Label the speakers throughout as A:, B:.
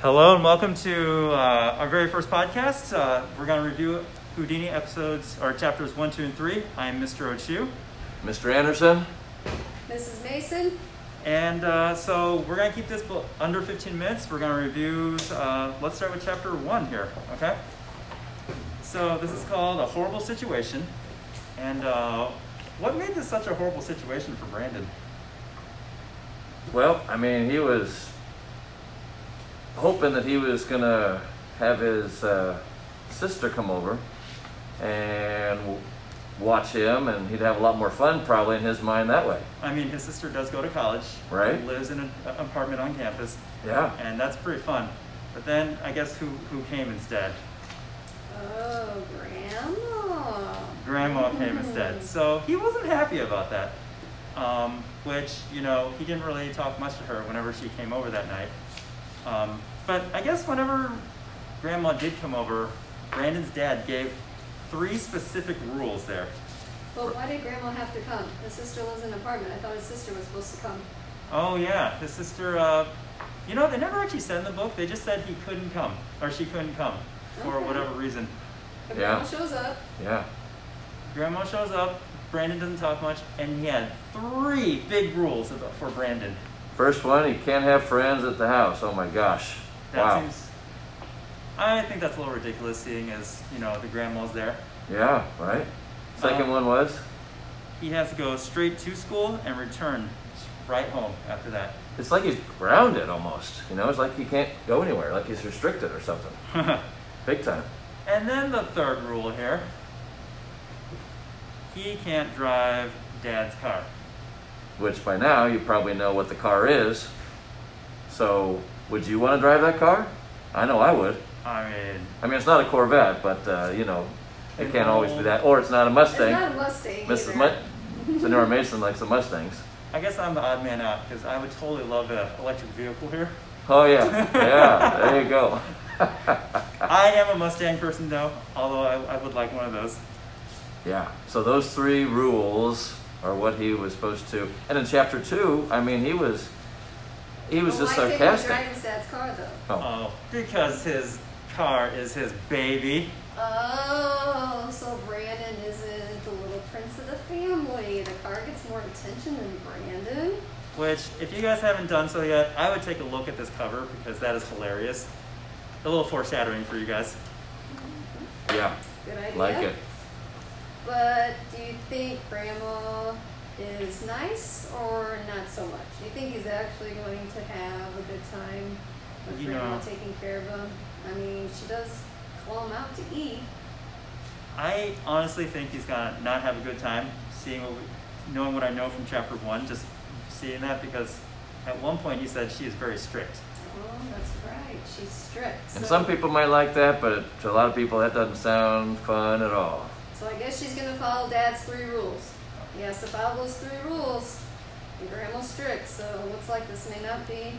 A: Hello and welcome to uh, our very first podcast. Uh, we're going to review Houdini episodes or chapters one, two, and three. I'm Mr. Ochu,
B: Mr. Anderson?
C: Mrs. Mason?
A: and uh, so we're going to keep this bl- under 15 minutes. We're going to review. Uh, let's start with chapter one here. Okay. So this is called a horrible situation, and uh, what made this such a horrible situation for Brandon?
B: Well, I mean, he was hoping that he was going to have his uh, sister come over and w- watch him, and he'd have a lot more fun probably in his mind that way.
A: I mean, his sister does go to college.
B: Right.
A: Lives in an a- apartment on campus.
B: Yeah.
A: and that's pretty fun. But then I guess who who came instead?
C: Oh, Grandma.
A: Grandma came instead. So he wasn't happy about that. Um, which you know he didn't really talk much to her whenever she came over that night. Um, but I guess whenever Grandma did come over, Brandon's dad gave three specific rules there.
C: But why did Grandma have to come? His sister lives in an apartment. I thought his sister was supposed to come.
A: Oh yeah, his sister. Uh, you know they never actually said in the book. They just said he couldn't come or she couldn't come for
C: Okay.
A: whatever reason.
C: But
B: Yeah.
C: Grandma shows up.
B: Yeah.
A: Grandma shows up. Brandon doesn't talk much, and he had three big rules about, for Brandon.
B: First one, he can't have friends at the house. Oh my gosh.
A: That
B: wow.
A: seems. I think that's a little ridiculous, seeing as you know the grandma's there.
B: Yeah, right? Second
A: Um,
B: one was?
A: He has to go straight to school and return right home after that.
B: It's like he's grounded almost. You know, it's like he can't go anywhere, like he's restricted or something. Big time.
A: and then the third rule here. He can't drive dad's car.
B: which by now you probably know what the car is. So, would you want to drive that car? I know I would.
A: I mean,
B: I mean, it's not a Corvette, but uh, you know, it can't always be that. Or it's not a
C: It's
B: Mustang.
C: not a Mustang.
B: Mrs.
C: either.
B: Mu- Senora Mason likes the Mustangs.
A: I guess I'm the odd man out because I would totally love an electric vehicle here.
B: Oh yeah, yeah. there you go.
A: I am a Mustang person though, although I, I would like one of those.
B: Yeah. So those three rules are what he was supposed to. And in chapter two, I mean, he was, he was
C: Well,
B: just
C: why Oh, couldn't he
B: sarcastic.
C: drive his dad's car, though?
B: Oh,
A: Oh, because his car is his baby.
C: Oh, so Brandon isn't the little prince of the family. The car gets more attention than Brandon.
A: Which, if you guys haven't done so yet, I would take a look at this cover because that is hilarious. A little foreshadowing for you guys.
B: yeah.
C: Good idea.
B: Like it.
C: But do you think Grandma is nice or not so much? Do you think he's actually going to have a good time with
A: You
C: Grandma
A: know-
C: taking care of him? I mean, she does call him out to eat.
A: I honestly think he's gonna not have a good time seeing what we, knowing what I know from chapter one, just seeing that because at one point he said she is very strict.
C: Oh, that's right. She's strict.
B: And
C: So-
B: some people might like that, but to a lot of people, that doesn't sound fun at all.
C: So I guess she's gonna follow Dad's three rules. He has to follow those three rules. And Grandma's strict, so it looks like this may not be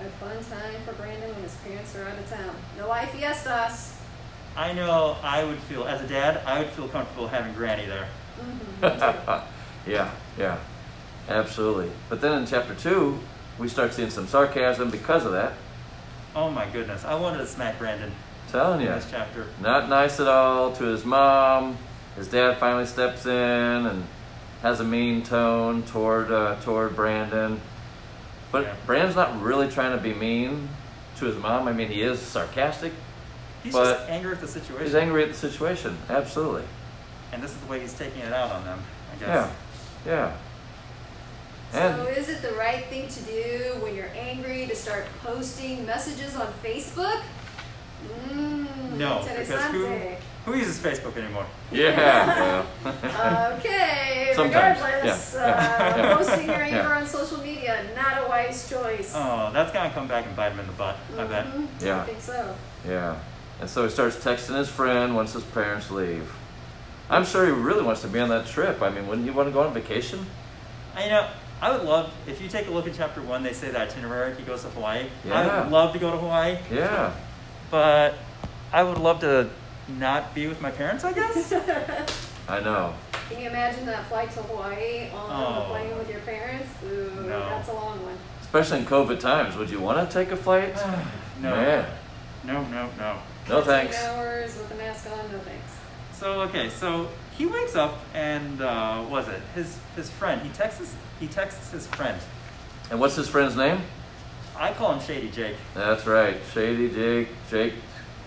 C: a fun time for Brandon when his parents are out of town. No I fiestas.
A: I know I would feel, as a dad, I would feel comfortable having Granny there.
C: Mm-hmm.
B: yeah, yeah, absolutely. But then in chapter two, we start seeing some sarcasm because of that.
A: Oh my goodness, I wanted to smack Brandon
B: Telling
A: in
B: you,
A: this chapter.
B: not nice at all to his mom. His dad finally steps in and has a mean tone toward uh, toward Brandon. But
A: Yeah.
B: Brandon's not really trying to be mean to his mom. I mean, he is sarcastic.
A: He's
B: But-
A: just angry at the situation.
B: He's angry at the situation. Absolutely.
A: And this is the way he's taking it out on them, I guess.
B: Yeah, yeah.
C: So is it the right thing to do when you're angry to start posting messages on Facebook? Mm,
A: No, because who,
C: interesante.
A: who uses Facebook anymore?
B: Yeah.
C: Okay,
B: Sometimes,
C: regardless,
B: yeah, yeah,
C: uh,
B: yeah.
C: posting your anger
B: Yeah.
C: on social media, not a wise choice.
A: Oh, that's gonna come back and bite him in the butt, I bet.
C: Mhm,
B: Yeah.
C: I think so.
B: yeah. And so he starts texting his friend once his parents leave. I'm sure he really wants to be on that trip. I mean, wouldn't you want to go on vacation?
A: I, you know, I would love, if you take a look at chapter one, they say the itinerary, he goes to Hawaii. I
B: Yeah.
A: would love to go to Hawaii,
B: Yeah.
A: but I would love to not be with my parents, I guess?
B: I know.
C: Can you imagine that flight to Hawaii on
A: Oh.
C: the plane with your parents? Ooh,
A: No.
C: that's a long one.
B: Especially in COVID times. Would you want to take a flight?
A: no,
B: Man.
A: no, no, no.
B: No
C: 15
B: thanks.
C: hours with a mask on, no thanks.
A: So okay, so he wakes up and uh, was it his his friend? He texts he texts his friend.
B: And what's his friend's name?
A: I call him Shady Jake.
B: That's right, Shady Jake. Jake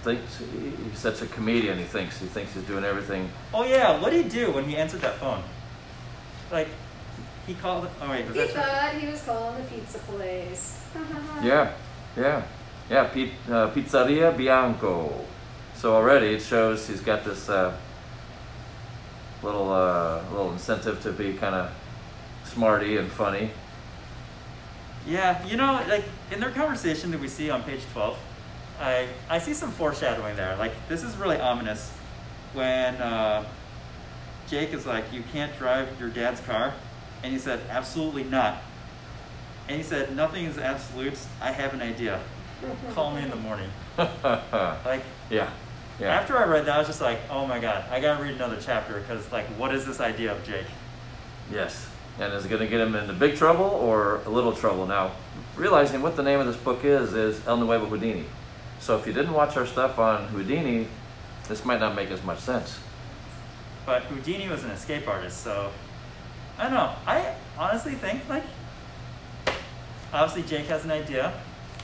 B: thinks he- he's such a comedian. He thinks he thinks he's doing everything.
A: Oh yeah, what did he do when he answered that phone? Like he called. Oh wait, was
C: He
A: that? Shady-
C: thought he was calling the pizza place.
B: Yeah, yeah, yeah. Pi- uh, Pizzeria Bianco. So already it shows he's got this uh, little uh, little incentive to be kind of smarty and funny.
A: Yeah, you know, like in their conversation that we see on page twelve, I I see some foreshadowing there. Like this is really ominous when uh, Jake is like, "You can't drive your dad's car," and he said, "Absolutely not." And he said, "Nothing is absolute. I have an idea. Call me in the morning."
B: yeah,
A: Like
B: yeah.
A: after I read that, I was just like, "Oh my god, I gotta read another chapter because like, what is this idea of Jake?"
B: Yes. And is it going to get him into big trouble or a little trouble? Now, realizing what the name of this book is, is El Nuevo Houdini. So if you didn't watch our stuff on Houdini, this might not make as much sense.
A: But Houdini was an escape artist, so I don't know. I honestly think like obviously Jake has an idea,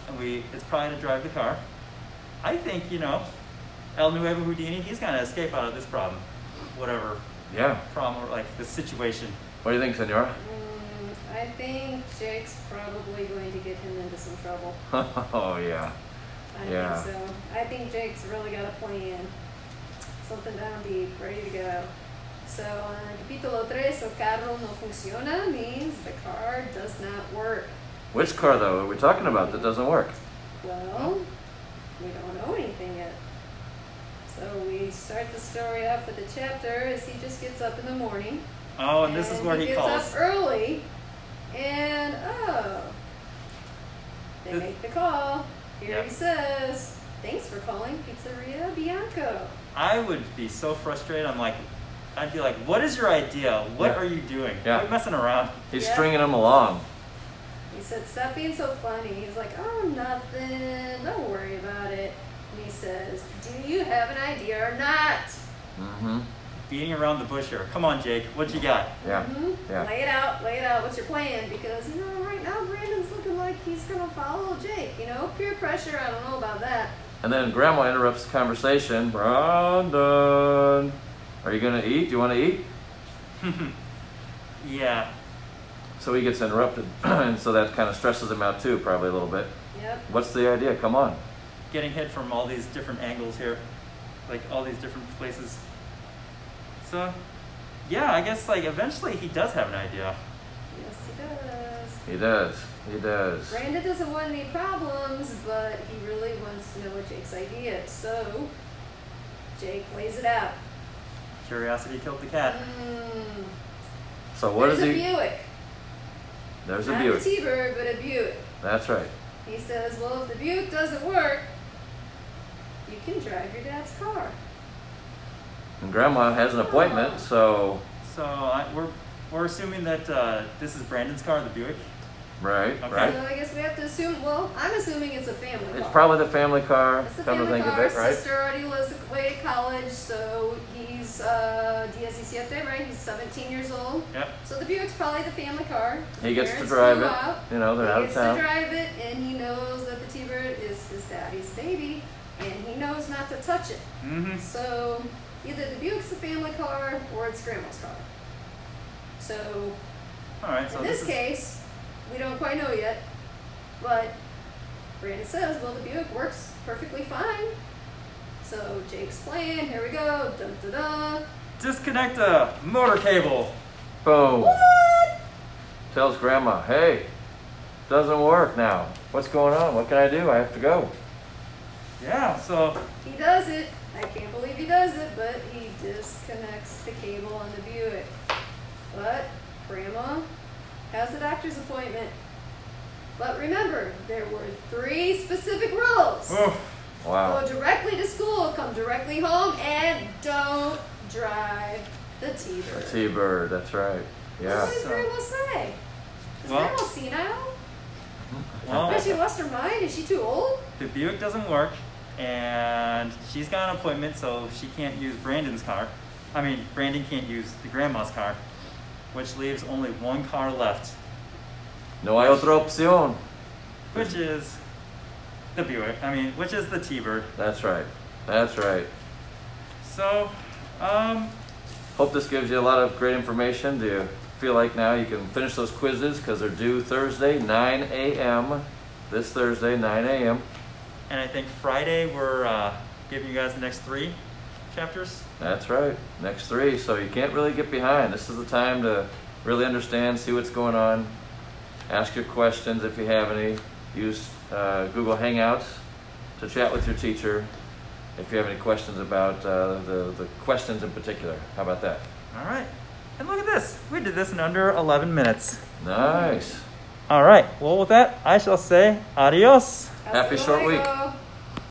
A: and we it's probably to drive the car. I think you know El Nuevo Houdini. He's gonna escape out of this problem, whatever
B: Yeah.
A: problem or like the situation.
B: What do you think, Senora?
C: Mm, I think Jake's probably going to get him into some trouble.
B: oh, yeah.
C: I
B: Yeah.
C: think so. I think Jake's really got a plan. Something downbeat, ready to go. So, uh, capítulo tres, el carro no funciona means the car does not work.
B: Which car, though, are we talking about that doesn't work?
C: Well, we don't know anything yet. So we start the story off with a chapter as he just gets up in the morning.
A: Oh, and this is where he,
C: gets
A: calls.
C: up early, and oh, they
A: This-
C: make the call. Here
A: Yep.
C: he says, "Thanks for calling Pizzeria Bianco."
A: I would be so frustrated. I'm like, I'd be like, what is your idea? What
B: Yeah.
A: are you doing?
B: Yeah.
A: Are you messing around?
B: He's
C: Yeah.
B: stringing him along.
C: He said, "Stop being so funny." He's like, "Oh, nothing. Don't worry about it." And he says, "Do you have an idea or not?"
B: Mm-hmm.
A: Beating around the bush here. Come on, Jake. What you got?
B: Yeah.
C: Mhm.
B: Yeah.
C: Lay it out. Lay it out. What's your plan? Because you know, right now Brandon's looking like he's gonna follow Jake. You know, peer pressure. I don't know about that.
B: And then Grandma interrupts the conversation. Brandon, are you going to eat? Do you want to eat?
A: Yeah.
B: So he gets interrupted, and so that kind of stresses him out too, probably a little bit.
C: Yep.
B: What's the idea? Come on.
A: getting hit from all these different angles here, like all these different places. So, yeah, I guess like eventually he does have an idea.
C: Yes, he does.
B: He does. He does.
C: Brandon doesn't want any problems, but he really wants to know what Jake's idea. is. So Jake lays it out.
A: Curiosity killed the cat.
C: Mm.
B: So what
C: There's
B: is
C: a
B: he?
C: Buick.
B: There's a
C: Not a
B: Buick.
C: T-Bird, but a Buick.
B: That's right.
C: He says, "Well, if the Buick doesn't work, you can drive your dad's car."
B: And Grandma has an appointment, so
A: So I, we're we're assuming that uh, this is Brandon's car, the Buick.
B: right,
A: Okay.
B: right.
C: So I guess we have to assume. Well, I'm assuming it's a family car.
B: It's probably the family car.
C: It's a
B: Come to
C: family
B: think of
C: car.
B: it, right?
C: Sister already lives away at college, so he's uh, 17, right? He's 17 years old.
A: Yep.
C: So the Buick's probably the family car.
B: He gets to
C: Parents
B: drive
C: flew
B: it.
C: out.
B: You know, they're
C: he
B: out of
C: gets to
B: town.
C: drive it, and he knows that the T-Bird is his daddy's baby, and he knows not to touch it.
A: Mm-hmm.
C: So either the Buick's the family car, or it's Grandma's car. So
A: All right. So
C: in this
A: is,
C: case, we don't quite know yet, but Brandon says, well, the Buick works perfectly fine. So Jake's plan, here we go, dun da da.
A: disconnect a motor cable.
B: Boom.
C: What?
B: Tells Grandma, hey, doesn't work now. What's going on? What can I do? I have to go.
A: Yeah. So
C: He does it. I can't believe he does it, but he disconnects the cable on the Buick. But Grandma has a doctor's appointment. But remember, there were three specific rules.
A: oh,
B: Wow.
C: Go directly to school, come directly home, and don't drive the
B: A
C: T-bird.
B: T-bird. That's right.
C: What
B: Yeah.
C: does Grandma say? Is
A: Well-
C: Grandma senile?
A: Well,
C: But she lost her mind? Is she too old?
A: the Buick doesn't work, and she's got an appointment, so she can't use Brandon's car. I mean, Brandon can't use the grandma's car, which leaves only one car left,
B: No hay otra opción.
A: which is the Buick. I mean, which is the T-Bird.
B: That's right. That's right.
A: So, um,
B: Hope this gives you a lot of great information. Do you feel like now you can finish those quizzes because they're due Thursday, 9 a.m. This Thursday, 9 a.m.
A: and I think Friday we're uh, giving you guys the next three chapters.
B: That's right. Next three. So you can't really get behind. This is the time to really understand, see what's going on, ask your questions if you have any. Use uh, Google Hangouts to chat with your teacher if you have any questions about uh, the, the questions in particular. How about that?
A: All right. And look at this. We did this in under 11 minutes.
B: Nice.
A: All right. Well, with that, I shall say adios.
C: Hasta
B: Happy short week.
C: luego.